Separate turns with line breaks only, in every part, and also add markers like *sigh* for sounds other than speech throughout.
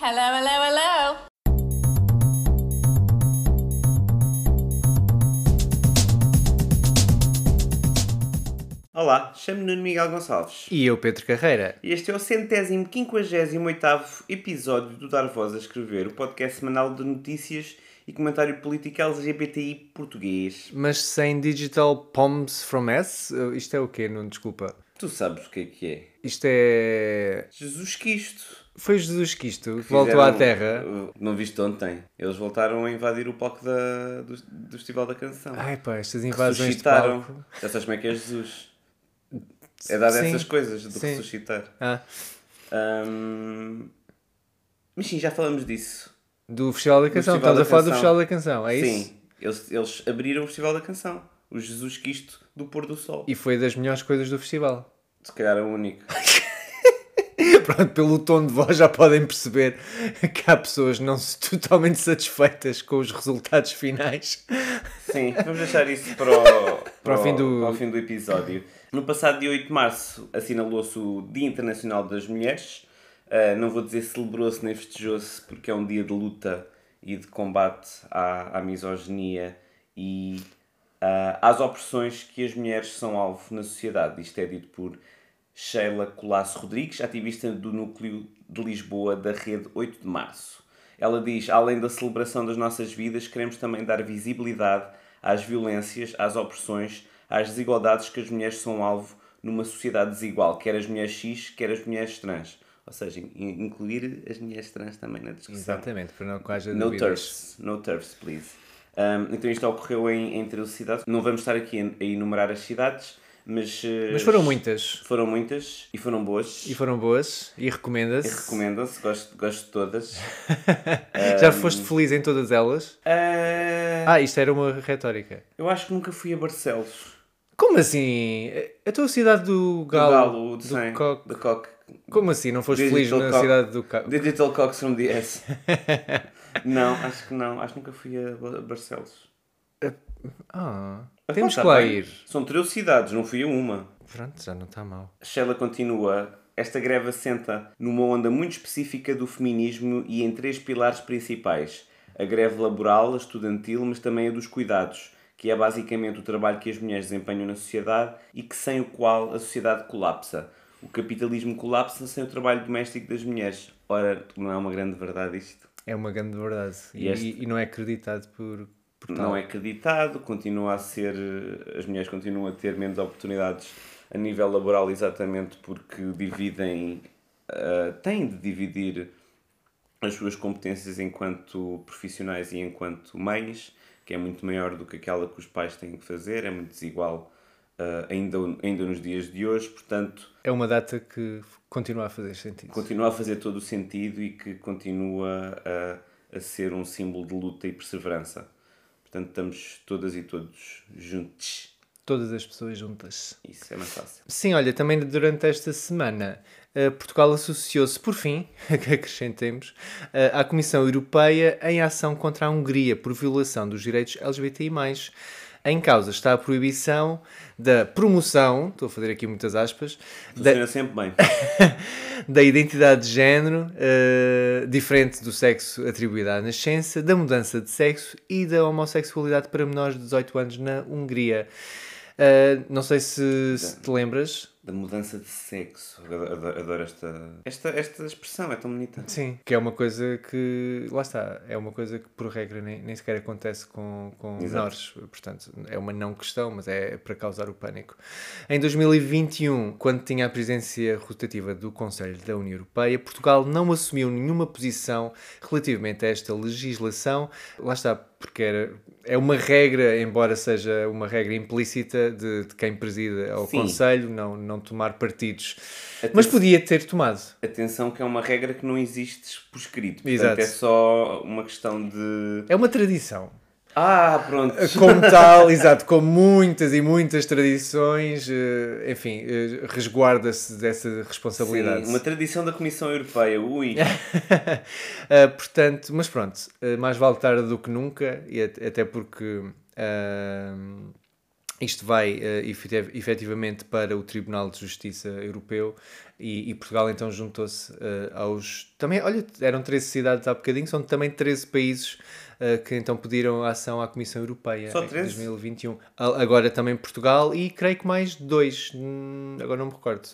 Hello, hello, hello!
Olá, chamo-me Nuno Miguel Gonçalves
E eu, Pedro Carreira.
e este é o centésimo quinquagésimo oitavo episódio do Dar Voz a Escrever, o podcast semanal de notícias e comentário político LGBTI português.
Mas sem Digital Poms from S? Uh, Isto é o quê, Nuno? Desculpa.
Tu sabes o que é que é?
Isto é.
Jesus Cristo!
Foi Jesus que isto voltou à
Fizeram-
Terra.
Uh, Não viste ontem? Eles voltaram a invadir o palco da- do, do Festival da Canção.
Ai pá, estas
Que
invasões de
Ressuscitaram.
palco.
Já sabes como é que é Jesus. É dado
Sim.
essas coisas de
Sim.
ressuscitar.
Ah,
Ahm, Mas sim, já falamos disso.
do Festival da Canção.
Festival
Estás
da
a falar do
Canção.
Festival da Canção, é isso?
Sim, eles, eles abriram o Festival da Canção. O Jesus Cristo do Pôr do Sol.
E foi das melhores coisas do festival. *laughs*
Se calhar é a única.
Pronto, pelo tom de voz já podem perceber que há pessoas não se- *laughs* totalmente satisfeitas com os resultados finais.
Sim, *laughs* vamos deixar isso para o,
*laughs* Para o fim do-
para o fim do episódio. No passado dia 8 de março assinalou-se o Dia Internacional das Mulheres. Ah, não vou dizer celebrou-se nem festejou-se, porque é um dia de luta e de combate à, à misoginia e ah, às opressões que as mulheres são alvo na sociedade. Isto é dito por Sheila Colasso Rodrigues, ativista do Núcleo de Lisboa da Rede 8 de Março. Ela diz: além da celebração das nossas vidas, queremos também dar visibilidade às violências, às opressões, às desigualdades que as mulheres são alvo numa sociedade desigual, quer as mulheres cis, quer as mulheres trans. Ou seja, in- incluir as mulheres trans também na discussão.
Exatamente, para não que haja
No
dúvidas.
turfs, no turfs, please. Um, então isto ocorreu em, em 13 cidades. Não vamos estar aqui a, a enumerar as cidades, mas. eh,
Mas foram muitas.
Foram muitas e foram boas.
E foram boas e recomenda-se.
Recomendam-se, gosto, gosto de
*laughs*
todas.
Já foste feliz em todas elas?
Ah,
Ah, isto era uma retórica.
eu acho que nunca fui a Barcelos.
Como assim? A tua cidade do
Do
Galo,
Galo, de
do
Sem,
Coque.
do Coque.
Como assim? Não foste
Digital
feliz na
Coque.
cidade do Cabo?
Digital Cox from the S.
*laughs*
não, acho que não. Acho que nunca fui a Ba- Barcelos.
Ah,
Mas
temos
pá,
que
tá
lá
bem.
ir.
São 13 cidades, não fui a uma.
Pronto, já não está mal.
Sheila continua. Esta greve assenta numa onda muito específica do feminismo e em três pilares principais: a greve laboral, a estudantil, mas também a dos cuidados, que é basicamente o trabalho que as mulheres desempenham na sociedade e que sem o qual a sociedade colapsa. O capitalismo colapsa sem o trabalho doméstico das mulheres. Ora, não é uma grande verdade isto?
É uma grande verdade. E,
E este-
e não é acreditado por, por tal.
não é acreditado, continua a ser, eh, as mulheres continuam a ter menos oportunidades a nível laboral exatamente porque dividem, ah, têm de dividir as suas competências enquanto profissionais e enquanto mães, que é muito maior do que aquela que os pais têm que fazer, é muito desigual ah, ainda, ainda nos dias de hoje, portanto,
É uma data que continua a fazer sentido.
continua a fazer todo o sentido e que continua a, a ser um símbolo de luta e perseverança. Portanto, estamos todas e todos juntos.
Todas as pessoas juntas.
Isso é mais fácil.
Sim, olha, também durante esta semana, eh, Portugal associou-se, por fim, *laughs* que acrescentemos, eh, à Comissão Europeia em ação contra a Hungria por violação dos direitos LGBTI. Em causa está a proibição da promoção, estou a fazer aqui muitas aspas, da,
Funciona sempre
*laughs*
bem.
da identidade de género, eh, diferente do sexo atribuído à nascença, da mudança de sexo e da homossexualidade para menores de 18 anos na Hungria. Eh, não sei se, se te lembras.
Da mudança de sexo. Adoro, adoro- adoro esta, esta, esta expressão, é tão bonita.
Sim. Que é uma coisa que, lá está, é uma coisa que por regra nem, nem sequer acontece com, com menores. Portanto, é uma não questão, mas é para causar o pânico. Em 2021, quando tinha a presidência rotativa do Conselho da União Europeia, Portugal não assumiu nenhuma posição relativamente a esta legislação. Lá está, porque era, é uma regra, embora seja uma regra implícita de, de quem preside ao
Sim.
Conselho, não, não tomar partidos.
Até
Mas
se-
podia ter tomado.
Atenção que é uma regra que não existe por escrito. Portanto,
Exato.
é só uma questão de...
É uma tradição.
Ah, pronto.
*laughs* Como tal, exato, com muitas e muitas tradições, eh, enfim, eh, resguarda-se dessa responsabilidade.
Sim, uma tradição da Comissão Europeia,
*laughs*
ui.
Ah, portanto, mas pronto, ah, mais vale tarde do que nunca, e at- até porque ah, isto vai ah, efetiv- efetivamente para o Tribunal de Justiça Europeu e, e Portugal então juntou-se ah, aos. Também, olha, eram 13 cidades há bocadinho, são também 13 países ah, que então pediram ação à Comissão Europeia
Só
em
13?
2021. A- um. Agora também Portugal e creio que mais dois, hum, agora não me recordo.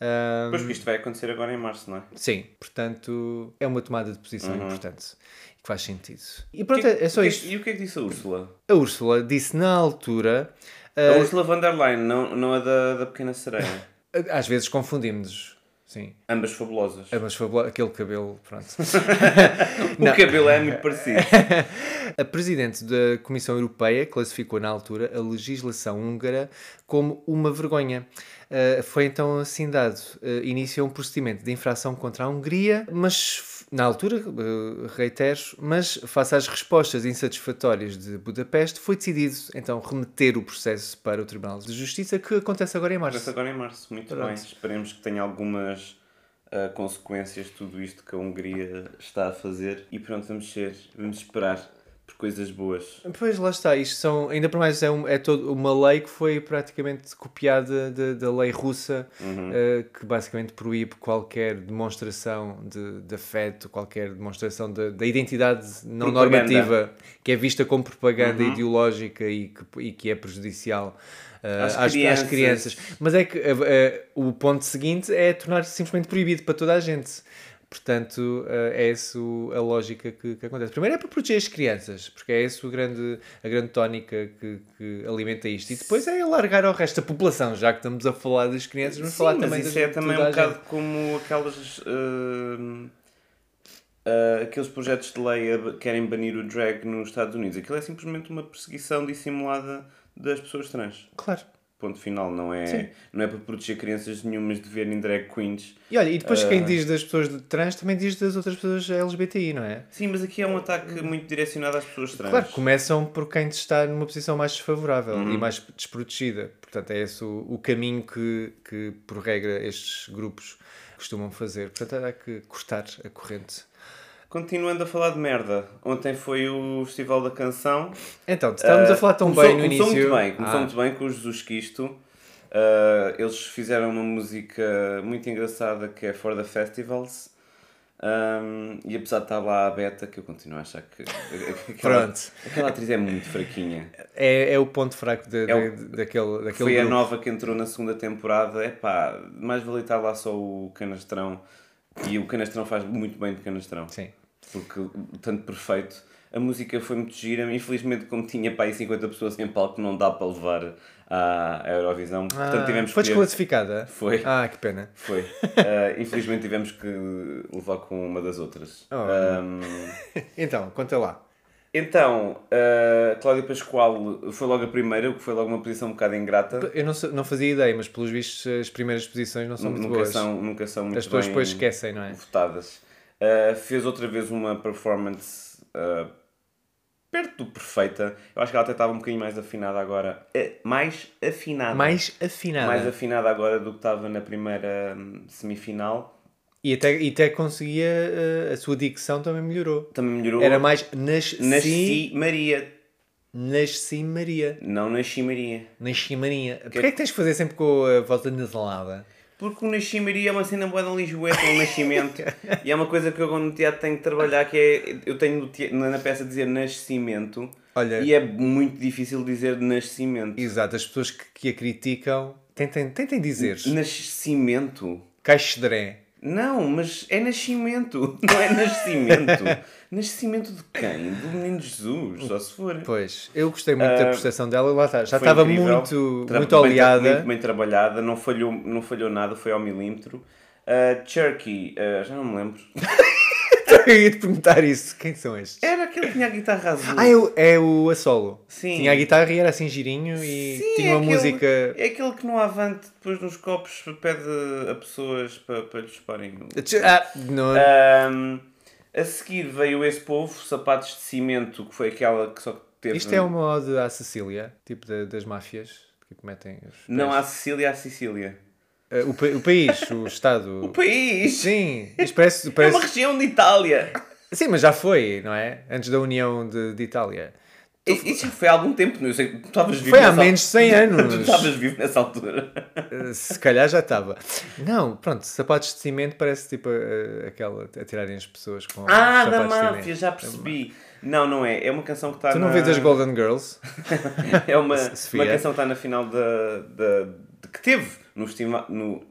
Ah,
Pois que isto vai acontecer agora em março, não é?
Sim, portanto é uma tomada de posição importante que faz sentido. E
O
pronto,
Uhum. que
é é só
o que
isto.
E o que é que disse a Úrsula?
A Úrsula disse na altura,
A
ah,
Úrsula von der Leyen, não, não a da, da Pequena Sereia.
às vezes confundimos, sim.
Ambas fabulosas.
Ah, Mas fabula- aquele cabelo, pronto.
O cabelo é muito
*laughs*
parecido.
A presidente da Comissão Europeia classificou na altura a legislação húngara como uma vergonha. Ah, foi então assindado, ah, iniciou um procedimento de infração contra a Hungria, mas na altura, ah, reitero, mas face às respostas insatisfatórias de Budapeste, foi decidido então remeter o processo para o Tribunal de Justiça, que acontece agora em
Mas
março.
agora em março, muito bem. Esperemos que tenha algumas ah, consequências de tudo isto que a Hungria está a fazer. E pronto, vamos ser, vamos esperar por coisas boas.
Pois lá está, isto são, ainda por mais é, um- é todo, uma lei que foi praticamente copiada da- da lei russa, eh, que basicamente proíbe qualquer demonstração de, de afeto, qualquer demonstração da da identidade não
Propaganda.
normativa, que é vista como propaganda ideológica e que, e que é prejudicial. eh,
Às
às, às crianças.
crianças.
mas é que eh, eh, o ponto seguinte é tornar simplesmente proibido para toda a gente. Portanto, eh, é essa o- a lógica que, que acontece. Primeiro é para proteger as crianças, porque é essa o grande, a grande tónica que, que alimenta isto. E depois é alargar ao resto da população, já que estamos a falar das crianças, vamos falar
Sim,
também
mas
das-
isso é
de
também
toda
um
a
bocado
gente.
como aquelas. ah, ah, aqueles projetos de lei a ba- querem banir o drag nos Estados Unidos. Aquilo é simplesmente uma perseguição dissimulada das pessoas trans.
Claro.
Ponto final, não é, não é para proteger crianças nenhumas de verem drag queens.
E olha, e depois
Eh.
quem diz das pessoas de trans também diz das outras pessoas LGBTI, não é?
Sim, mas aqui é um ataque muito direcionado às pessoas trans.
Claro, começam por quem está numa posição mais desfavorável
Uhum.
e mais desprotegida. Portanto, é esse o, o caminho que, que, por regra, estes grupos costumam fazer. Portanto, há que cortar a corrente.
Continuando a falar de merda, ontem foi o Festival da Canção.
Então, estávamos
Ah,
a falar tão
começou-
bem no
começou
início.
Muito bem, começou
Ah,
muito bem com o Jesus Cristo. Ah, eles fizeram uma música muito engraçada que é For the Festivals. Ahm, e apesar de estar lá a Beta, que eu continuo a achar que *laughs* aquela,
Pronto.
aquela atriz é muito fraquinha.
É, é o ponto fraco de- de-
o-
daquele, daquele
Foi a
grupo.
nova que entrou na segunda temporada. É pá, mais valia estar lá só o Canastrão. E o Canastrão faz muito bem de Canastrão.
Sim.
Porque tanto perfeito. A música foi muito gira. Infelizmente, como tinha para aí 50 pessoas em palco, não dá para levar à à Eurovisão. Portanto,
Ah,
tivemos
foi
que ver-
desclassificada?
Foi.
Ah, que pena. *laughs*
Foi. Ah, infelizmente, tivemos que levar com uma das outras. Ahm,
Oh, Então, conta lá.
então, ah, Cláudia Pascoal foi logo a primeira, o que foi logo uma posição um bocado ingrata.
Eu não, sei- não fazia ideia, mas pelos vistos as primeiras posições não são muito
nunca,
boas.
são, nunca são muito
As pessoas
bem
depois esquecem, não é?
votadas. Uh, fez outra vez uma performance uh, perto do perfeita. Eu acho que ela até estava um bocadinho mais afinada agora. Eh, mais afinada.
Mais afinada.
Mais afinada agora do que estava na primeira hum, semifinal.
E até, e até conseguia, eh, a sua dicção também melhorou.
Também melhorou.
Era mais nasci, nasci,
Nasci Maria.
Maria.
Não Nasci Maria.
Nasci Maria. Porquê é que tens de fazer sempre com a voz anasalada?
Porque o Nasci Maria é uma cena boa de Lisboeta, o nascimento. e é uma coisa que eu agora no teatro tenho que trabalhar, que é... Eu tenho no te- na na peça dizer nascimento.
Olha-
E é muito difícil dizer nascimento.
Exato, as pessoas que, que a criticam tentem, tentem dizer
Nascimento?
Caixedré.
Não, mas é nascimento, *laughs* não é nascimento. nascimento de quem? Do menino Jesus, só se for.
Pois, eu gostei muito da prestação dela. Lá está, já
Ah, Foi
estava
incrível.
muito,
Tra-
muito
bem tra-
oleada. *laughs*
Muito bem trabalhada, não falhou, não falhou nada, foi ao milímetro. Ah, Cherokee, ah, já não me lembro.
eu ia te perguntar isso. Quem são estes?
Era aquele que tinha a guitarra azul.
Ah, é o, é o Assolo.
Sim.
Tinha a guitarra e era assim girinho e
Sim,
tinha uma
é aquele-
música.
É aquele que no avante, depois nos copos, pede a pessoas para, para lhes parem. o-
Ah, não.
Ahm, a seguir veio esse povo, sapatos de cimento, que foi aquela que só teve.
Isto é uma ode à Sicília, tipo da- das máfias que cometem os.
Não à Sicília, à Sicília.
Eh, o, pa- o país,
*laughs*
o Estado.
O país!
Sim, isto parece.
É
*laughs* parece...
uma região de Itália!
Sim, mas já foi, não é? Antes da União de, de Itália.
E, isso já foi há algum tempo, não eu sei. Tu estavas vivo
Foi há
nessa al-
menos
*laughs*
de 100 anos.
Tu estavas vivo nessa altura.
Eh, Se calhar já estava. Não, pronto, sapatos de cimento parece tipo eh, aquela a tirarem as pessoas com
Ah, da
sapatos de
máfia,
cimento.
já percebi. Não, não é. É uma canção que está
É Tu não
na...
vês as Golden Girls?
*laughs* É uma,
Sofia.
uma canção que está na final da. da de- que teve no festival. No,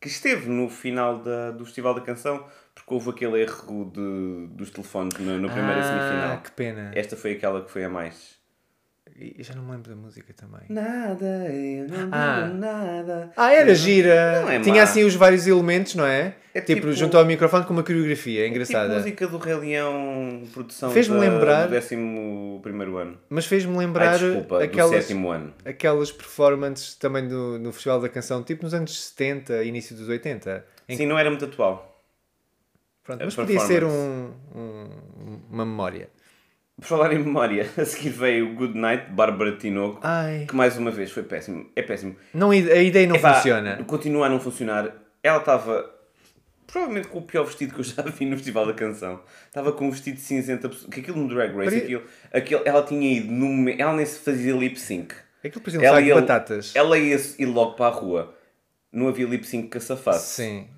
que esteve no final da, do Festival da Canção, porque houve aquele erro de, dos telefones na, na primeira
ah,
semifinal. É.
que pena.
Esta foi aquela que foi a mais.
E já não me lembro da música também.
Nada, eu não digo
Ah.
nada.
Ah, era gira.
Não é
Tinha
má.
assim os vários elementos, não é?
É
tipo,
tipo-
junto ao microfone com uma coreografia é
Tipo
engraçada.
música do Rei Leão, produção
Fez-me
da-
lembrar-
do 11 ano.
Mas fez-me
Ai,
lembrar
Ah, desculpa, do
aquelas,
sétimo ano.
aquelas performances também do, no Festival da Canção, tipo nos anos 70, início dos 80. Em que-
Sim, não era muito atual.
pronto,
a
mas podia ser um,
performance.
um- uma memória.
Por falar em memória, *laughs* a seguir veio o Good Night, Bárbara Tinoco,
Ai,
que mais uma vez foi péssimo. É péssimo.
não, a ideia não
Epá,
funciona.
Continua a não funcionar. Ela estava provavelmente com o pior vestido que eu já vi no Festival da Canção. Estava com um vestido cinzento absurdo. Que aquilo no Drag Race,
Pare-
aquilo, aquilo, ela tinha ido no momento- Ela nem se fazia lip sync.
Aquilo parecia um
Ela
saco de
ia-
batatas.
Ela ia ir logo para a rua. Não havia lip sync que a safasse.
Sim.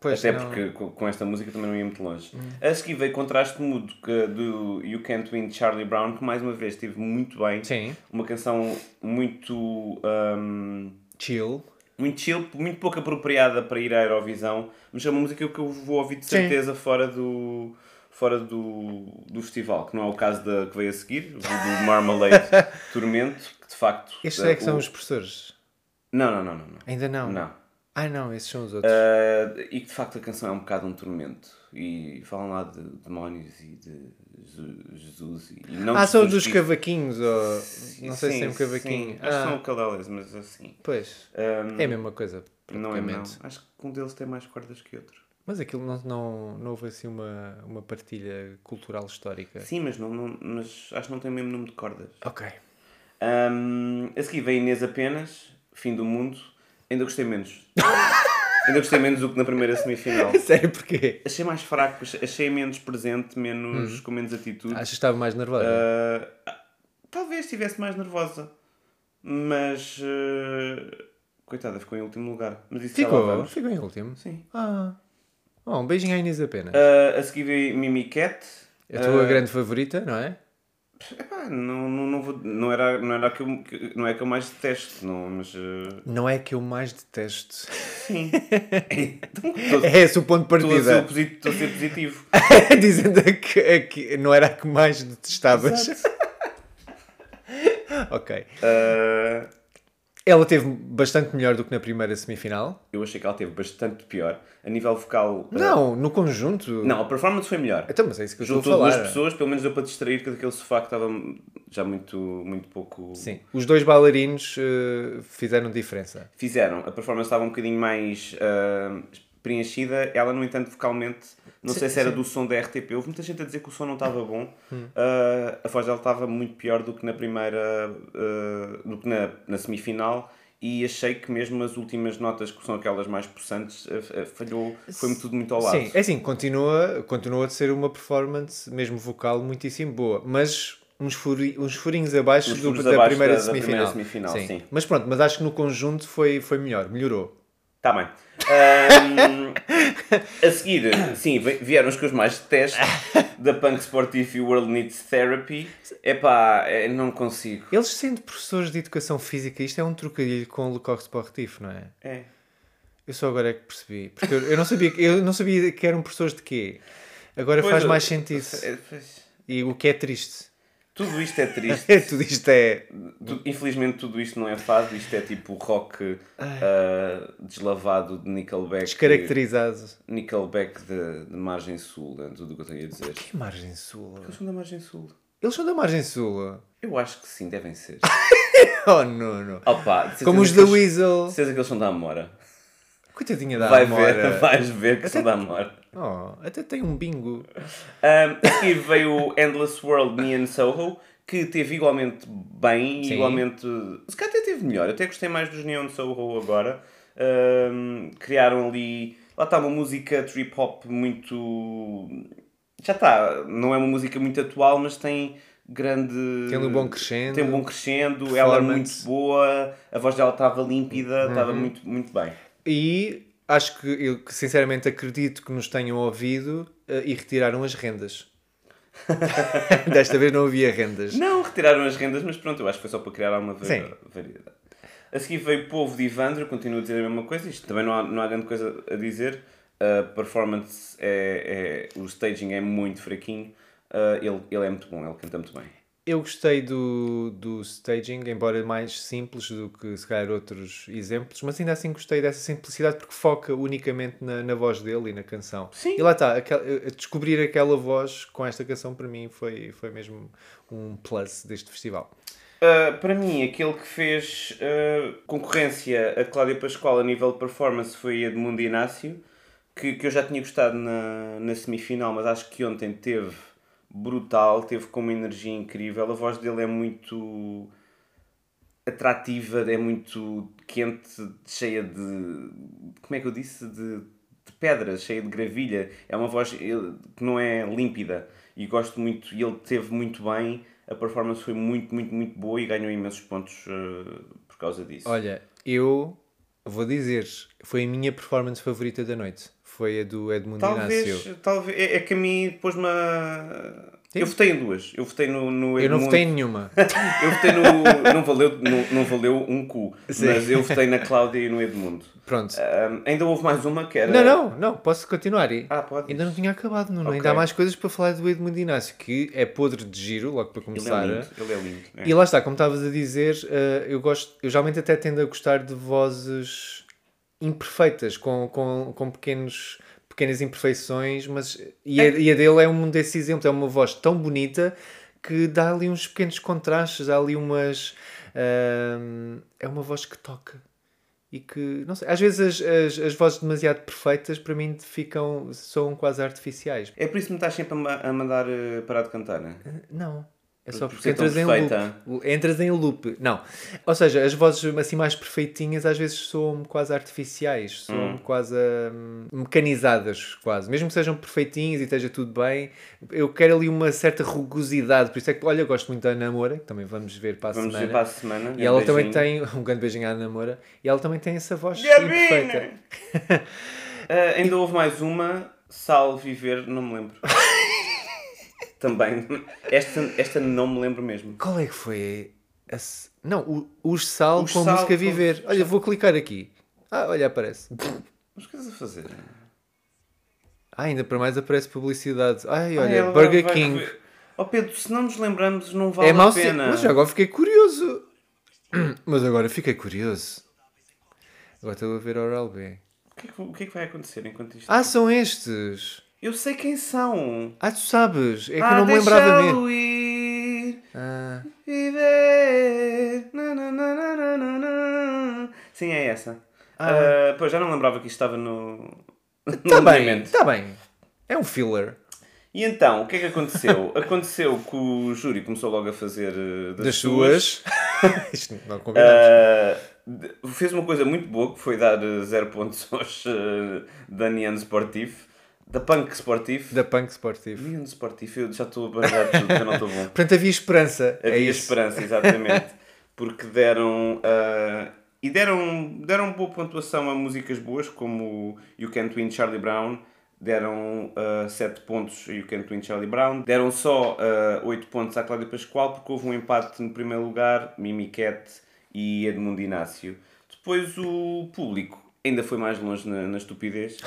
Pois
Até
não.
é
Hum.
porque co- com esta música também não ia muito longe. A seguir veio Contraste Mudo que- do You Can't Win de Charlie Brown, que mais uma vez esteve muito bem.
Sim.
Uma canção muito. hum,
Chill.
muito chill, muito pouco apropriada para ir à Eurovisão, mas é uma música que eu vou ouvir de
Sim.
certeza fora do fora do, do festival, que não é o caso da que veio a seguir, o do
*laughs*
Marmalade Tormento, que de facto...
Estes
eh,
é que são
o-
os professores.
Não, não, não, não. não.
Ainda não.
Não.
Ah, não, esses são os outros.
Eh, e que de facto a canção é um bocado um tormento. E falam lá de demónios e de Jesu- Jesus. E e não
ah,
de
são
Jesus
dos
Cristo.
cavaquinhos, ou... não sei se é um
Sim,
cavaquinho.
sim. Acho que
ah,
são calelas, mas assim.
Pois,
Ahm,
é a mesma coisa,
não é não.
praticamente.
Acho que um deles tem mais cordas que outro.
Mas aquilo não, não, não houve assim uma, uma partilha cultural histórica.
Sim, mas, não, não- mas acho que não tem o mesmo número de cordas.
Ok. *laughs*
Ahm, a seguir vem Inês apenas, fim do mundo. Ainda gostei
*laughs*
menos. Ainda gostei menos do que na primeira semifinal.
Sério, porquê?
Achei mais fraco, achei menos presente, menos, com menos atitude.
Achas que estava mais nervosa?
Ah, talvez estivesse mais nervosa, mas ah, coitada, ficou em último lugar. Mas isso já lá
ficou,
vamos.
ficou em último.
Sim.
Ah. Bom, um beijinho à Inês apenas. É
Ah, a seguir vem Mimi Cat.
a tua
Ah,
grande favorita, não é?
Epá, não, não, não, vou- não era, não era a que eu, que- não é a que eu mais detesto, não, mas. ah,
Não é que eu mais detesto.
sim. Então, Estou
*laughs* É esse o ponto de
estou a, ser
partida.
posi- estou a ser
*laughs*
positivo.
Dizendo a que, a que não era a que mais detestavas. *laughs* ok.
Ah,
Ela teve bastante melhor do que na primeira semifinal.
eu achei que ela teve bastante pior. A nível vocal. ah,
Não, no conjunto.
não, a performance foi melhor.
Então, mas é isso que eu estou
Juntou
a falar.
duas pessoas, pelo menos deu para distrair que daquele sofá que estava já muito, muito pouco.
Sim. Os dois bailarinos eh, fizeram diferença.
Fizeram. A performance estava um bocadinho mais ah, preenchida. Ela, no entanto, vocalmente, não
Sim,
sei se era
sim. Hum.
do som da RTP. Houve muita gente a dizer que o som não estava bom. Ah, a voz dela estava muito pior do que na primeira. ah, do que na, na semifinal. E achei que mesmo as últimas notas, que são aquelas mais possantes, ah, ah, falhou. Foi-me tudo muito ao lado.
Sim, é assim, continua, continua a ser uma performance, mesmo vocal, muitíssimo boa, mas uns, furi- uns furinhos abaixo,
Uns
do-
furos
da,
abaixo
primeira
da- da
semifinal.
primeira semifinal, sim.
Mas pronto, mas acho que no conjunto foi, foi melhor, melhorou.
Tá bem. Ahm, *laughs* a seguir, sim, vi- vieram os que eu mais
*laughs*
detesto da Punk Sportif e World Needs Therapy. Epá, é, não consigo.
Eles sendo professores de educação física, isto é um trocadilho com o Le Corps Sportif, não é?
É.
Eu só agora é que percebi, porque eu, eu não sabia, que- eu não sabia que eram professores de quê. Agora
Pois,
faz
eu-
mais sentido.
é, pois,
E o que é triste. *laughs*
Tudo isto é triste.
Tudo isto é
Tu- infelizmente tudo isto não é fado, isto é tipo rock ah, deslavado de Nickelback.
descaracterizado.
Nickelback de, de Margem Sul, é tudo o que eu tenho a dizer.
Que margem sul?
Eles são da Margem Sul.
Eles são da margem sul.
Eu acho que sim, devem ser.
*laughs* Oh, Nuno.
Opa, de certeza
Como os
que
da
eles-
Weasel.
de certeza que eles são da Amora.
Coitadinha da
*laughs* Vai
Amora.
ver, vais ver que são da Amora.
Oh, até tem um bingo.
*laughs* Um, a seguir veio o Endless World Neon Soho, que teve igualmente bem,
Sim.
igualmente. Se calhar até teve melhor. Eu até gostei mais dos Neon Soul agora. Ahm, criaram ali. Lá está uma música trip hop muito. Já está, não é uma música muito atual, mas tem grande.
Tem ali um bom crescendo.
Tem um bom crescendo, ela é muito
Performance. Uhum.
boa, a voz dela estava límpida, estava muito, muito bem.
E acho que eu que sinceramente acredito que nos tenham ouvido eh, e retiraram as rendas. *laughs* Desta vez não havia rendas.
Não retiraram as rendas, mas pronto, eu acho que foi só para criar alguma
Sim.
vari- variedade. A seguir veio Povo de Ivandro, continuo a dizer a mesma coisa, isto também não há, não há grande coisa a dizer. A performance é, é- O staging é muito fraquinho. Uh, ele, ele é muito bom, ele canta muito bem.
Eu gostei do, do staging, embora mais simples do que se calhar outros exemplos, mas ainda assim gostei dessa simplicidade porque foca unicamente na, na voz dele e na canção.
Sim.
E lá está, aquel- eh, descobrir aquela voz com esta canção para mim foi, foi mesmo um plus deste festival.
Uh, para mim, aquele que fez uh, concorrência a Cláudia Pascoal a nível de performance foi Edmundo Inácio, que, que eu já tinha gostado na, na semifinal, mas acho que ontem teve brutal, teve com uma energia incrível. A voz dele é muito atrativa, é muito quente, cheia de. Como é que eu disse? De, de pedras, cheia de gravilha. É uma voz ele- que não é límpida e gosto muito. E ele teve muito bem, a performance foi muito, muito, muito boa e ganhou imensos pontos eh, por causa disso.
Olha, eu vou dizer, foi a minha performance favorita da noite. Foi a do Edmundo
talvez,
Inácio.
talvez. É, é que a mim pôs-me a. Eu votei em duas. Eu votei no, no
Eu não
Edmundo.
votei em nenhuma.
Eu votei no. não, valeu, não, não valeu um cu. Mas eu votei na Cláudia e no Edmundo. *laughs*
Pronto.
Ahm, ainda houve mais uma que era.
Não, não, não, posso continuar. E-
Ah, pode.
Ainda não tinha acabado, Nuno.
Ok.
Ainda há mais coisas para falar do Edmundo Inácio, que é podre de giro, logo para
Ele
começar.
é lindo, ele é lindo. é.
E lá está, como estavas a dizer, eh, eu gosto, eu geralmente até tendo a gostar de vozes imperfeitas, com, com, com pequenos, pequenas imperfeições, mas e a, e a dele é um desses exemplos, é uma voz tão bonita que dá ali uns pequenos contrastes, dá ali umas. ahm, é uma voz que toca. E que, não sei, às vezes as, as, as vozes demasiado perfeitas para mim ficam, são quase artificiais.
É por isso que me estás sempre a, ma- a mandar eh, parar de cantar, né?
Não. É só
Por
porque
ser tão
entras em
perfeita.
loop. Entras em loop. Não. Ou seja, as vozes assim mais perfeitinhas às vezes soam quase artificiais, soam quase hum, mecanizadas, quase. Mesmo que sejam perfeitinhas e esteja tudo bem, eu quero ali uma certa rugosidade. Por isso é que, olha, eu gosto muito da Ana Moura, que também vamos ver para a
Vamos
semana.
ver para a semana.
E
grande
ela também
beijinho.
tem *laughs* um grande beijinho à Ana Moura, e ela também tem essa voz
Guilhermina!
perfeita.
Ah, ainda houve mais uma, Sal Viver, não me
*laughs*
lembro. também. Esta, esta não me lembro mesmo.
Qual é que foi? a se- Não, o, os Sal
Os
com a
Sal
música
com-
Viver. Olha, vou clicar aqui. Ah, olha, aparece.
Mas o que estás a fazer?
Ah, ainda para mais aparece publicidade. Ai,
Ai,
olha,
ela
Burger
vai
King.
rever- Oh Pedro, se não nos lembramos, não vale
É mau
a
sinal.
pena.
Mas já agora fiquei curioso. *clears throat* Mas agora fiquei curioso. Agora estou a ver Oral B.
O, que é que, o que é que vai acontecer enquanto isto?
Ah, são estes.
Eu sei quem são.
Ah, tu sabes. É que
ah,
eu não me lembrava
deixá-lo
mesmo.
ir.
Ah,
Viver. Na, na, na, na, na, na, na. Sim, é essa. Ah, pois já não lembrava que isto estava no. *laughs* no
tá bem,
movimento.
tá bem. É um filler.
E então, o que é que aconteceu? *laughs* aconteceu que o júri começou logo a fazer eh, das,
Das
suas.
suas. *laughs* Isto não combinamos.
Ah, de- fez uma coisa muito boa que foi dar eh, zero pontos *laughs* aos eh, da Nian Sportif, da Punk Sportif.
Da Punk Sportivo.
Nian Sportif, eu já estou a banjar tudo, já não estou bom.
Portanto, havia esperança. é
Havia
isso.
esperança,
*laughs*
exatamente. Porque deram. ah, e deram, deram boa pontuação a músicas boas, como You Can't Win Charlie Brown. Deram 7 pontos a You Can't Win Charlie Brown. Deram só 8 pontos à Cláudia Pascoal, porque houve um empate no primeiro lugar, Mimi Cat e Edmundo Inácio. Depois o público ainda foi mais longe na, na
*laughs*
estupidez.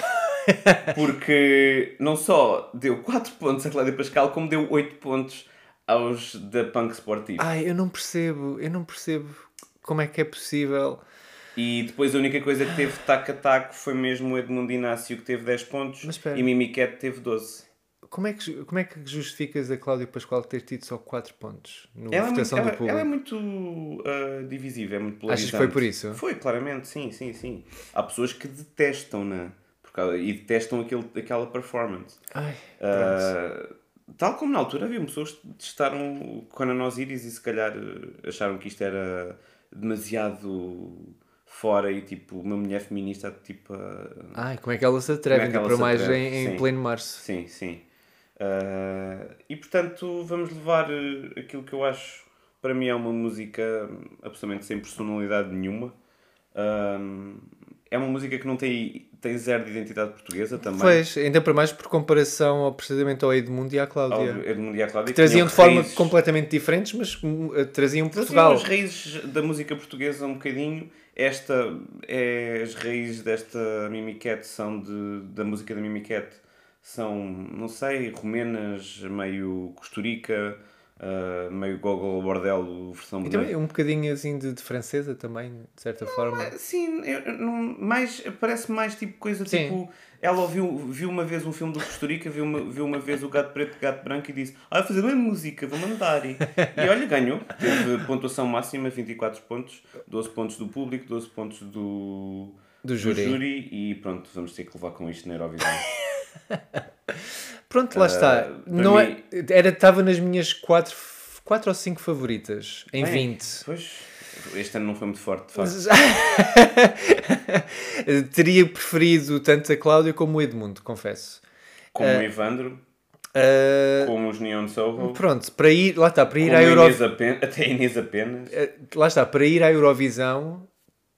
Porque não só deu 4 pontos a Cláudia Pascal, como deu 8 pontos aos da Punk Sportivo.
Ai, eu não percebo. Eu não percebo como é que é possível.
E depois a única coisa que teve tac a taco foi mesmo o Edmundo Inácio, que teve 10 pontos,
Mas espera.
e Mimiquete teve 12.
Como é, que, ju- como é que justificas a Cláudia Pascoal ter tido só 4 pontos no
Ela é, muito,
votação
ela,
do público?
ela é muito ah, divisiva, é muito
Achas
polarizante.
que foi por isso?
Foi, claramente, sim, sim, sim. Há pessoas que detestam, né? Por causa- E detestam aquele, aquela performance.
Ai,
Ah, Tal como na altura havia pessoas que testaram Conan Osiris e se calhar eh, acharam que isto era demasiado fora e tipo uma mulher feminista tipo a-
Ai, como é que ela se atreve?
Como é que
Ainda
ela
para
se
mais
atreve?
em, em
Sim.
pleno março.
Sim, sim. Ah, e portanto, vamos levar eh, aquilo que eu acho, para mim, é uma música hum, absolutamente sem personalidade nenhuma. Ahm, é uma música que não tem, tem zero de identidade portuguesa também.
Pois, ainda para mais por comparação ao, precisamente ao Edmundo e à
Ao
Cláudia.
Edmundo e à Cláudia,
que
que
traziam
tinham
de forma
raízes-
completamente diferentes, mas hum, traziam
Traziam
Portugal.
Então, assim, as raízes da música portuguesa um bocadinho. Esta é as raízes desta Mimiquete são de, da música da Mimiquete são, não sei, rumenas, meio costurica, ah, meio gogol bordelo, versão
E
bonita.
também um bocadinho assim de, de francesa também, de certa forma.
Sim, eu- eu não- mais, parece mais tipo coisa
Sim.
tipo. Ela ouviu, viu uma vez um filme do Costa Rica, viu uma, viu uma vez o Gato Preto e o Gato Branco e disse: Ah, vou fazer bem música, vou mandar. E olha, ganhou. Teve pontuação máxima: 24 pontos, 12 pontos do público, 12 pontos do,
Do júri.
E pronto, vamos ter que levar com isto na Eurovisão.
Pronto, lá está.
ah, para
Não é,
mim-
era, estava nas minhas quatro, quatro ou cinco favoritas, em
Bem,
20.
Pois, este ano não foi muito forte, de facto.
Eh, Teria preferido tanto a Cláudia como o Edmundo, confesso.
Como
eh,
o Evandro,
Ah,
como os Neon Soho,
pronto, para ir, lá está, para ir
Oh. como é
à
a
Euro...
Inês apenas, até a Inês apenas.
lá está, para ir à Eurovisão,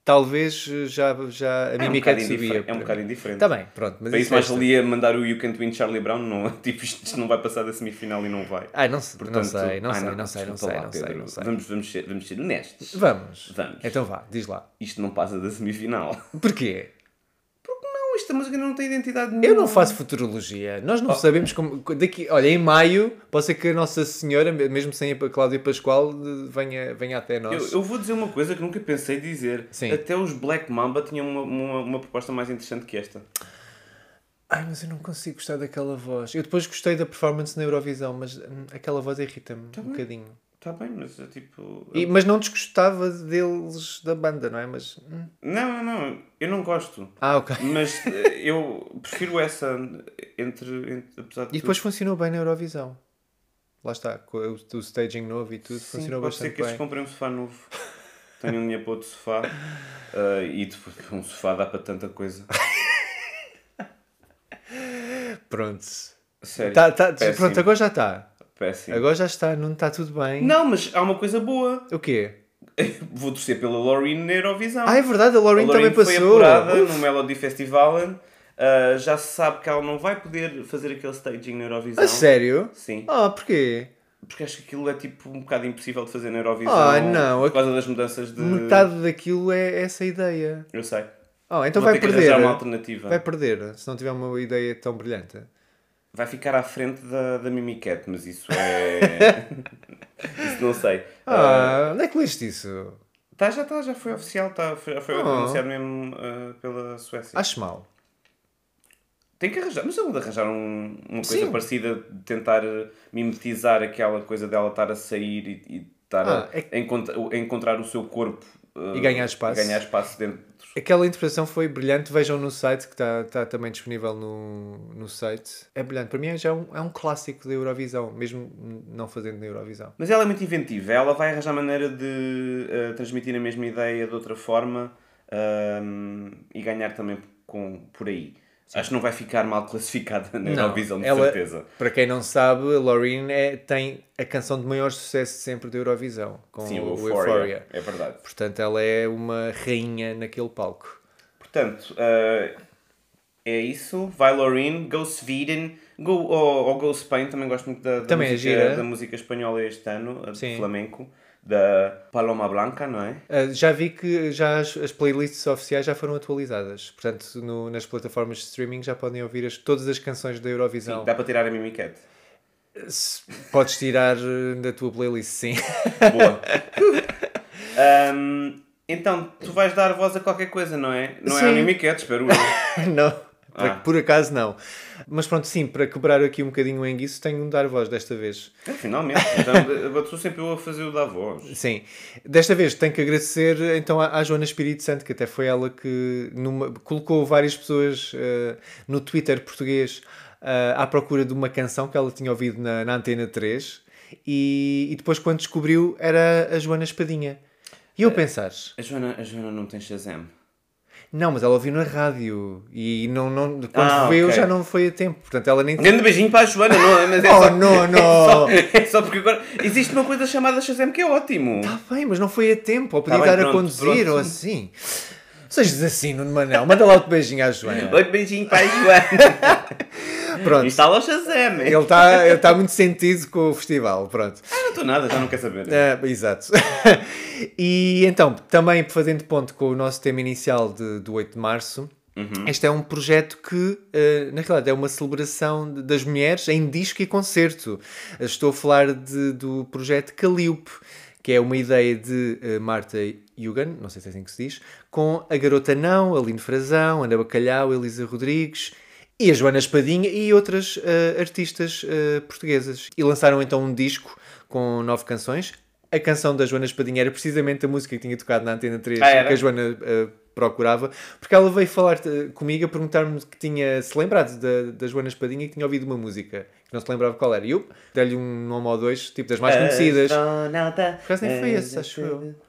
talvez eh, já, já a
É um
mímica
bocado
subia.
indiferente. É um bocado indiferente.
Está Tá bem, pronto, mas
Para isso,
isso é
mais
resta.
ali a mandar o You Can't Win Charlie Brown, não, *laughs* tipo, isto, isto não vai passar da semifinal e não vai.
assim. Ai, Ah, não, se- não
Portanto,
sei, não
ah,
sei, não, sei, não
desculpa
sei,
lá,
não sei,
Pedro.
não sei.
Vamos, vamos, ser, vamos ser honestos.
Vamos.
Vamos.
Então vá, diz lá.
Isto não passa da
*laughs*
semifinal.
Porquê?
Não, é esta música não tem identidade nenhuma.
Eu não faço futurologia. Nós
Oh.
não sabemos como. Daqui, olha, em maio, pode ser que a Nossa Senhora, mesmo sem a Cláudia Pascoal, de- venha, venha até nós.
Eu, eu vou dizer uma coisa que nunca pensei dizer.
Sim.
Até os Black Mamba tinham uma, uma, uma proposta mais interessante que esta.
Ai, mas eu não consigo gostar daquela voz. Eu depois gostei da performance na Eurovisão, mas hum, aquela voz irrita-me
Então,
um bocadinho.
Está bem, mas é tipo.
E- mas não desgostava deles da banda, não é? Mas. hum.
Não, não, não. Eu não gosto.
Ah, ok.
Mas eh, eu prefiro essa entre, entre apesar de
E depois funcionou bem na Eurovisão. Lá está, com o, o staging novo e tudo,
Sim,
funcionou
pode ser
bastante
que eles
bem.
comprem um sofá novo. Tenham dinheiro para outro sofá. Ah, e depois, um sofá dá para tanta coisa.
Pronto.
Sério.
Tá, tá,
péssimo,
pronto, agora já está.
péssimo.
Agora já está, não está tudo bem.
Não, mas há uma coisa boa.
O quê?
Vou torcer pela Lorraine na Eurovisão.
Ah, é verdade, a Lauren
A
também
Lorraine foi
passou.
apurada
Uf.
no Melody Festival. Ah, já se sabe que ela não vai poder fazer aquele staging na Eurovisão.
A sério?
Sim.
Ah, porquê?
Porque acho que aquilo é tipo um bocado impossível de fazer na Eurovisão.
Ah, não,
Por causa das mudanças de...
Metade daquilo é essa ideia.
Eu sei.
Ah, então
Vou
vai
ter que arranjar
perder.
uma alternativa.
Vai perder, se não tiver uma ideia tão brilhante.
Vai ficar à frente da, da Mimi Cat, mas isso é.
*laughs*
isso não sei.
Ah, onde é que leste isso?
Ah, tá, já está, já foi oficial, tá, foi, já foi
Oh.
anunciado mesmo ah, pela Suécia.
Acho mal.
Tem que arranjar, mas eu vou arranjar um- uma coisa
Sim.
parecida, de tentar ah, mimetizar aquela coisa dela estar a sair e, e estar
Ah,
a,
é que-
encont- o- a encontrar o seu corpo ah,
E ganhar espaço.
ganhar espaço dentro.
Aquela interpretação foi brilhante, vejam no site que está está também disponível no, no site. É brilhante, para mim é já um, é um clássico da Eurovisão, mesmo não fazendo na Eurovisão.
Mas ela é muito inventiva, ela vai arranjar maneira de ah, transmitir a mesma ideia de outra forma ah, e ganhar também com, por aí. Acho que não vai ficar mal classificada na
Não,
Eurovisão, de
ela-
certeza.
Para quem não sabe, a Loreen é, tem a canção de maior sucesso de sempre da Eurovisão, com
Sim,
o
o
Euphoria.
Euphoria, É verdade.
Portanto, ela é uma rainha naquele palco.
Portanto, ah, é isso. Vai Loreen, go Sweden, go, ou, ou go Spain, também gosto muito da, da
Também é
música,
gira.
da música espanhola este ano, a
Sim.
de flamenco, da Paloma Blanca, não é?
Ah, já vi que já as, as playlists oficiais já foram atualizadas. Portanto, no- nas plataformas de streaming já podem ouvir as- todas as canções da Eurovisão.
Dá para tirar a Mimi Cat.
Se- Podes tirar eh, da tua playlist, sim. *laughs*
*laughs* Boa. Ahm, então, tu vais dar voz a qualquer coisa, não é? Não é
Sim. *laughs*
anime cat, espero eu.
não. Para-
Ah.
Por acaso não. Mas pronto, sim, para quebrar aqui um bocadinho o enguiço, tenho um dar voz desta vez.
Finalmente. Então, sou sempre eu a fazer o da voz.
Sim. Desta vez tenho que agradecer então à, à Joana Espírito Santo, que até foi ela que numa- colocou várias pessoas eh, no Twitter português eh, à procura de uma canção que ela tinha ouvido na, na Antena 3 e, e depois quando descobriu era a Joana Espadinha. E
Eh,
eu pensar,
A Joana, a Joana não tem Shazam.
não, mas ela ouviu na rádio e não, não, quando
Ah,
veio
ok.
já não foi a tempo, portanto ela nem
Um grande beijinho para a Joana, não, mas é *laughs*
Oh,
só,
não,
é
não.
só- É só porque agora existe uma coisa chamada Shazam que é ótimo.
Está bem, Ah, mas não foi a tempo, ou podia
Tá bem,
estar a
pronto,
conduzir
pronto.
ou assim. Sejas assim, Nuno Manel, manda lá outro beijinho à Joana. Ah,
Oi, beijinho para a Joana.
*laughs* Pronto.
Instala o Shazam.
Ele está ele tá muito sentido com o festival, pronto.
Não estou Ah, nada, já não quer saber.
Ah, exato. *laughs* e então, também fazendo ponto com o nosso tema inicial de, do 8 de março,
Uhum.
este é um projeto que, ah, na realidade, é uma celebração de- das mulheres em disco e concerto. Estou a falar de- do projeto Calilpe, que é uma ideia de ah, Marta Yugan, não sei se é assim que se diz, com a Garota Não, Aline Frazão, Ana Bacalhau, Elisa Rodrigues e a Joana Espadinha e outras eh, artistas eh, portuguesas. E lançaram então um disco com nove canções. A canção da Joana Espadinha era precisamente a música que tinha tocado na Antena 3
Ah, era?
que a Joana eh, procurava, porque ela veio falar eh, comigo a perguntar-me que tinha se lembrado da, da Joana Espadinha e que tinha ouvido uma música que não se lembrava qual era. E eu dei-lhe um nome ou dois, tipo das mais
Eh, Ah,
conhecidas.
então,
Por
Astronauta.
acaso nem foi esse, acho eu.
ah,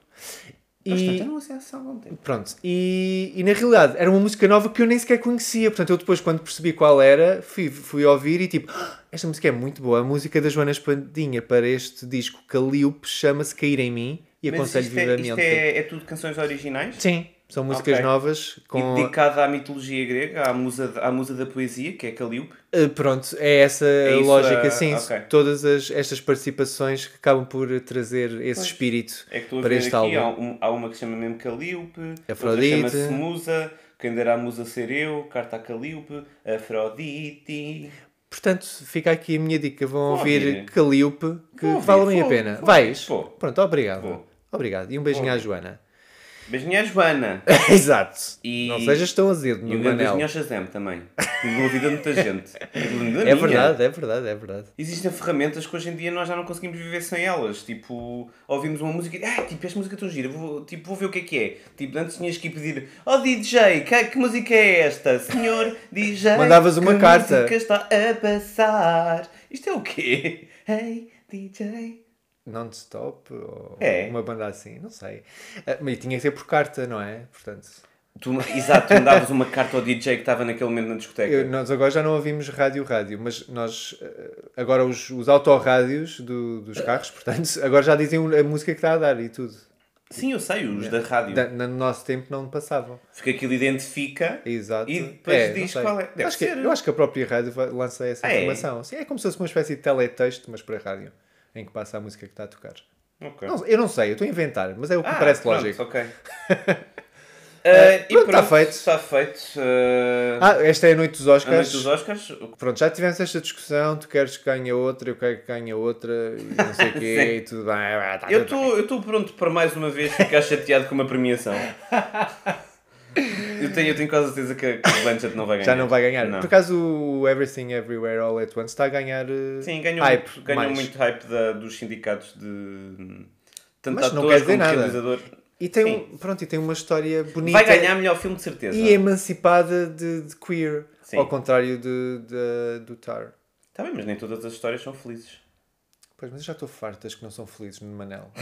Bastante,
E-
eu então não sei há algum tempo.
Pronto, e, e na realidade era uma música nova que eu nem sequer conhecia, portanto eu depois quando percebi qual era, fui, fui ouvir e tipo, "Ah, esta música é muito boa, a música da Joana Espadinha para este disco Calilpe chama-se Cair em Mim e
Mas
aconselho
isto, é, isto
vivamente.
é, é tudo canções originais?
Sim, são músicas
Ok.
novas com...
E dedicada à mitologia grega, à musa, à musa da poesia, que é Calíope.
Ah, pronto, é essa a
isso,
lógica,
ah,
sim,
ok.
todas as- estas participações que acabam por trazer esse espírito
É que estou a
para
ver
este
aqui,
álbum.
há, um- há uma que se chama mesmo Calíope, outra
Afrodite.
chama-se Musa, quem dera a Musa ser eu, carta a Calíope, Afrodite...
Portanto, fica aqui a minha dica. Vão
Vou
ouvir
ouvir.
Calilpe, que
Vou ouvir,
vale bem a
vou,
pena.
vou,
Vais?
vou.
Pronto, obrigado.
Vou.
Obrigado. E um beijinho
*laughs*
à Joana.
Beijinho à Joana!
Exato.
E-
Não sejas tão azedo
E
no
um grande beijinho
Manel.
ao Shazam também. Envolvida muita
*laughs*
gente. Incluindo a
É
minha.
verdade, é verdade, é verdade.
Existem ferramentas que hoje em dia nós já não conseguimos viver sem elas. Tipo, ouvimos uma música e ah, tipo, esta música é tão gira, vou, tipo, vou ver o que é que é. Tipo, antes tinhas que ir pedir, oh DJ, que, que música é esta? Senhor DJ,
*laughs* Mandavas uma
que
carta.
música está a passar? Isto é o quê? Hey DJ.
Non-stop ou
É.
uma banda assim, não sei. Ah, Mas tinha que ser por carta, não é? Portanto,
Tu, exato, tu mandavas uma carta ao DJ que estava naquele momento na discoteca.
eu- nós agora já não ouvimos rádio-rádio, mas nós ah, agora os, os autorrádios do, dos carros, portanto, agora já dizem a música que está a dar e tudo.
Sim, eu sei, os da rádio.
Da- no nosso tempo não passavam.
Porque aquilo identifica.
Exato.
E depois
não
diz
sei.
qual é. Deve
acho que,
ser.
eu acho que a própria rádio vai- lança essa
Ah, é?
informação. Sim, é como se fosse uma espécie de teletexto, mas para rádio, em que passa a música que está a tocar.
Ok.
Não- eu não sei, eu estou a inventar, mas é o que me
Ah,
parece
pronto,
lógico. *laughs*
ok. Eh, e
pronto, tá feito.
Está feito. eh,
Ah, esta é a noite dos
a
Oscars.
noite dos Oscars.
Pronto, já tivemos esta discussão, tu queres que ganhe outra, eu quero que ganhe outra, e não sei o
*laughs*
quê, e tudo bem. ah, tá
Eu
tudo bem.
estou pronto para mais uma vez ficar chateado com uma premiação. Eu tenho, eu tenho quase certeza que, que o Blanchett não vai ganhar.
Já não vai ganhar.
Não.
Por acaso o Everything Everywhere All At Once está a ganhar eh,
Sim, ganhou,
hype.
muito, ganhou
mais.
muito hype da- dos sindicatos de. Tanto
Mas não
atores
quer dizer
como
nada.
realizador.
E tem, um, pronto, e tem uma história bonita.
Vai ganhar melhor filme de certeza.
e emancipada de, de queer,
Sim.
ao contrário de, de- do Tar.
Tá bem, mas nem todas as histórias são felizes.
Pois, mas eu já estou fartas que não são felizes no Manel. *laughs*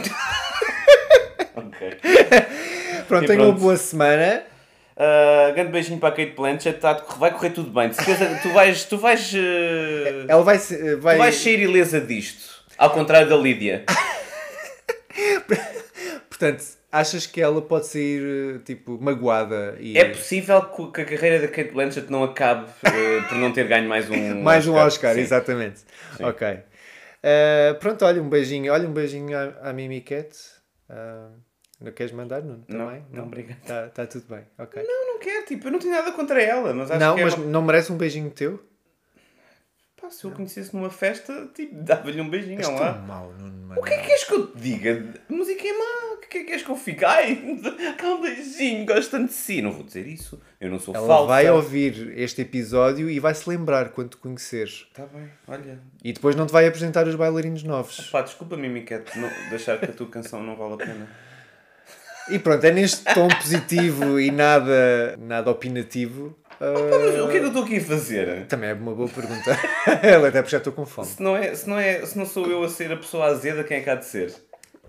Ok.
Pronto,
E
tenham uma
pronto.
boa semana.
Uh, grande beijinho para a Kate Blanchett, tá, vai correr tudo bem. De certeza, tu vais, tu vais, uh,
Ela vai. se- eh, vai,
tu vais sair ilesa disto. Ao contrário da Lídia.
Portanto, achas que ela pode sair, eh, tipo, magoada e.
É possível que- que a carreira da Kate Blanchett não acabe uh, por não ter ganho mais um
*laughs* Mais um Oscar,
Sim.
exatamente. Ok. Eh, pronto, olha, um beijinho. Olha, um beijinho à, à Mimi Cat. Ah, não queres mandar, Nuno?
Não,
Também?
não, obrigado.
Está tudo bem, ok.
Eu não quero, tipo, eu não tenho nada contra ela, mas acho
Não,
que é
mas
uma-
não merece um beijinho teu?
pá, pá, se eu conhecesse numa festa, tipo, dava-lhe um beijinho
És
ao
tão
lado.
mau, Nuno
O que é que
Manuel.
queres que eu te diga? A música é má. O que é que queres que eu fique? Ai, *laughs* dá um beijinho, gosto tanto de si. Não vou dizer isso. Eu não sou
Ela
falsa.
vai ouvir este episódio e vai se lembrar quando te conheceres.
Tá bem, olha.
E depois não te vai apresentar os bailarinos novos.
Pá, desculpa-me, Miquete, não deixar que a tua canção não vale a pena.
E pronto, é neste tom positivo e nada, nada opinativo. ah,
Pá, mas o que é que eu estou aqui a fazer?
também é uma boa pergunta. *laughs* Ela até porque já estou com fome.
Se não, é, se, não é, se não sou eu a ser a pessoa azeda, quem é que há de ser?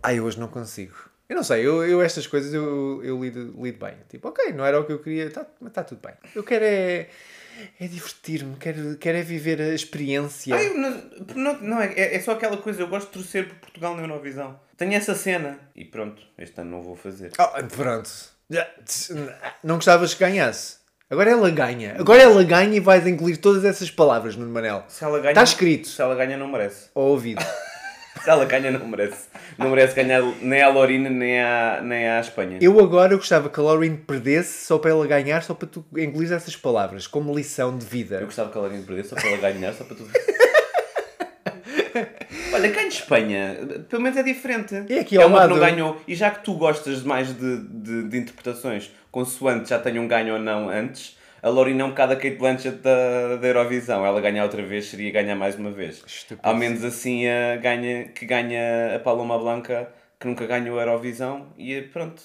Ai, hoje não consigo. Eu não sei, eu, eu estas coisas eu, eu lido, lido bem. Tipo, ok, não era o que eu queria, tá, mas está tudo bem. Eu quero é, é divertir-me, quero, quero é viver a experiência.
Ai, mas- não, não é, é- é só aquela coisa, eu gosto de torcer por Portugal na Eurovisão. Tenho essa cena. E pronto, este ano não vou fazer.
Ah, pronto. Não gostavas que ganhasse. Agora ela ganha. Agora ela ganha e vais engolir todas essas palavras, Nuno Manel.
Se ela ganha,
Tá escrito.
Se ela ganha, não merece.
Ao ouvido.
Se ela ganha, não merece. Não merece ganhar nem à Lorina, nem à, nem à Espanha.
Eu agora gostava que a Lauren perdesse só para ela ganhar, só para tu engolir essas palavras, como lição de
Eu
vida.
gostava que a Lorina perdesse só para ela ganhar, só para tu.
*laughs*
Olha, cá em Espanha, pelo menos é diferente.
E aqui
é
ao
uma que não
lado-
ganhou. E já que tu gostas mais de, de, de interpretações consoante já tenham ganho ou não antes, a Lorina é um bocado a Kate Blanchett da, da Eurovisão. Ela ganhar outra vez seria ganhar mais uma vez.
Estúpido.
Ao menos assim a ganha, que ganha a Paloma Blanca, que nunca ganhou a Eurovisão, e pronto.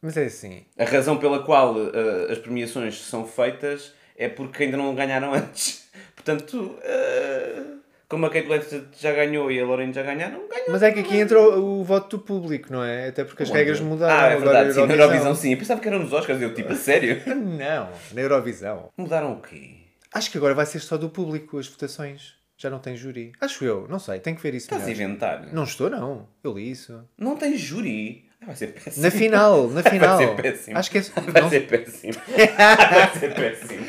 Mas é assim.
A razão pela qual eh, as premiações são feitas é porque ainda não ganharam *laughs* antes. Portanto, eh, como a Kate Blanchett já ganhou e a Lauren já ganharam, ganhou.
Mas é que aqui entra o, o voto do público, não é? Até porque as regras mudaram.
Ah, é
agora
verdade, sim. Na
Eurovisão.
Eurovisão, sim. Eu pensava que era nos Oscars, eu tipo, a
*laughs*
sério?
Não, na Eurovisão.
Mudaram o quê?
Acho que agora vai ser só do público as votações. Já não tem júri. Acho eu, não sei, tenho que ver isso
Estás a
melhor.
inventar? Não,
Não estou, não. Eu li isso.
tem júri? Ah, Vai ser péssimo.
Na final, na final.
Vai ser péssimo.
Acho que é.
*laughs* Vai
não-
ser péssimo. Vai ser
*laughs*
péssimo.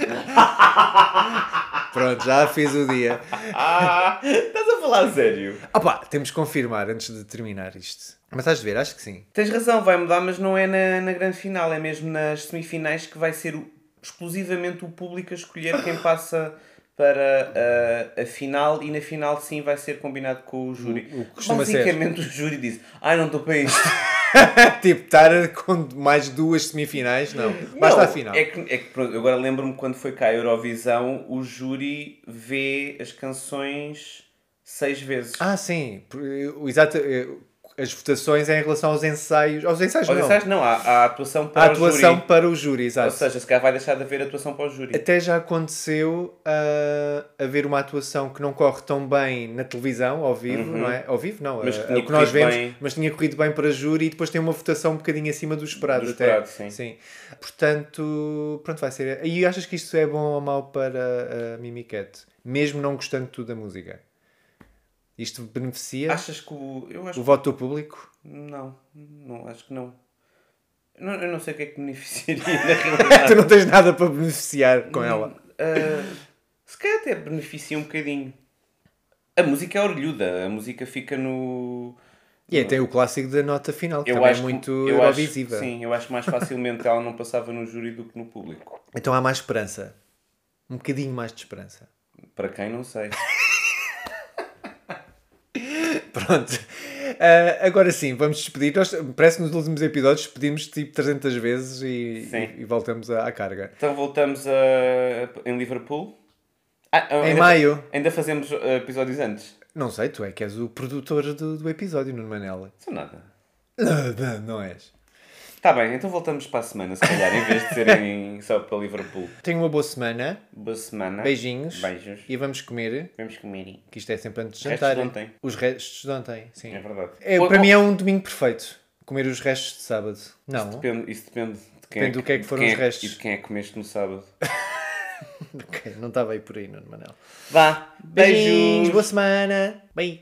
Pronto, já fiz o dia.
Ah, estás a falar a sério?
Opa, temos que confirmar antes de terminar isto. Mas estás a ver, acho que sim.
Tens razão, vai mudar, mas não é na, na grande final, é mesmo nas semifinais que vai ser o- exclusivamente o público a escolher
*laughs*
quem passa para a, a final e na final sim vai ser combinado com o júri.
O- o que costuma ser.
Basicamente o júri diz, ai não estou para isto.
*laughs* tipo, estar com mais duas semifinais, não. *laughs* Basta
Não,
a final.
É que, é que, pronto, agora lembro-me quando foi cá a Eurovisão, o júri vê as canções seis vezes.
Ah, sim. por- o Exato. eh, As votações é em relação aos ensaios. Aos ensaios,
Ou
não.
disseste, não, há, há atuação para
a
o júri.
atuação para o júri,
Ou
exato.
seja, se calhar vai deixar de haver atuação para o júri.
Até já aconteceu ah, haver uma atuação que não corre tão bem na televisão, ao vivo, não é? Ao vivo não,
Uhum. Mas
ah,
que tinha
o que nós
corrido
vemos,
bem.
mas tinha corrido bem para júri e depois tem uma votação um bocadinho acima do esperado.
Do
até.
esperado, sim.
Portanto, pronto, vai ser. E achas que isto é bom ou mau para a Mimi Cat? Mesmo não gostando tudo da música? Isto beneficia
Achas que o. Eu acho
o voto do
*laughs*
público?
que. Não, não, acho que não. Não- Eu não sei o que é que beneficiaria na *laughs* realidade.
tu não tens nada para beneficiar com ela.
Ah, se calhar até beneficia um bocadinho. A música é orlhuda, a música fica no.
E aí tem o clássico da nota final, que
Eu
também
acho
é
que-
muito
eu acho-
eurovisiva.
sim, eu acho mais facilmente ela não passava no júri do que no público.
Então há mais esperança. Um bocadinho mais de esperança. *laughs*
Para quem não sei.
Pronto. Ah, agora sim, vamos despedir. Nós, parece que nos últimos episódios despedimos tipo 300 vezes e,
Sim.
e- e voltamos à, à carga.
Então voltamos a, em Liverpool. Ah,
Em
ainda-
maio.
Ainda fazemos ah, episódios antes.
Não sei, tu é que és o produtor do, do episódio, Nuno Manela.
São nada.
Não, *laughs* não és.
Tá bem, então voltamos para a semana, se calhar, em vez de
*laughs*
serem só para Liverpool.
Tenha uma boa semana.
Boa semana.
Beijinhos.
Beijos.
E vamos comer,
Vamos comer.
que isto é sempre antes de
Restos de
jantar.
ontem.
Os restos de ontem, sim.
É verdade.
É,
Ou-
para
ou-
mim é um domingo perfeito. Comer os restos de sábado. Não.
Depende, isso depende de quem
Depende do que é que
de
foram
quem
os
é-
restos.
E de quem é que comeste no sábado.
Ok, não estava aí por aí, Nuno Manel.
Vá.
Beijinhos,
Beijos.
boa semana. Bye.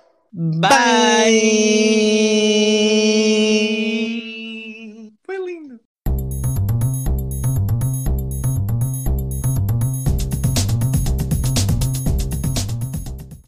Bye.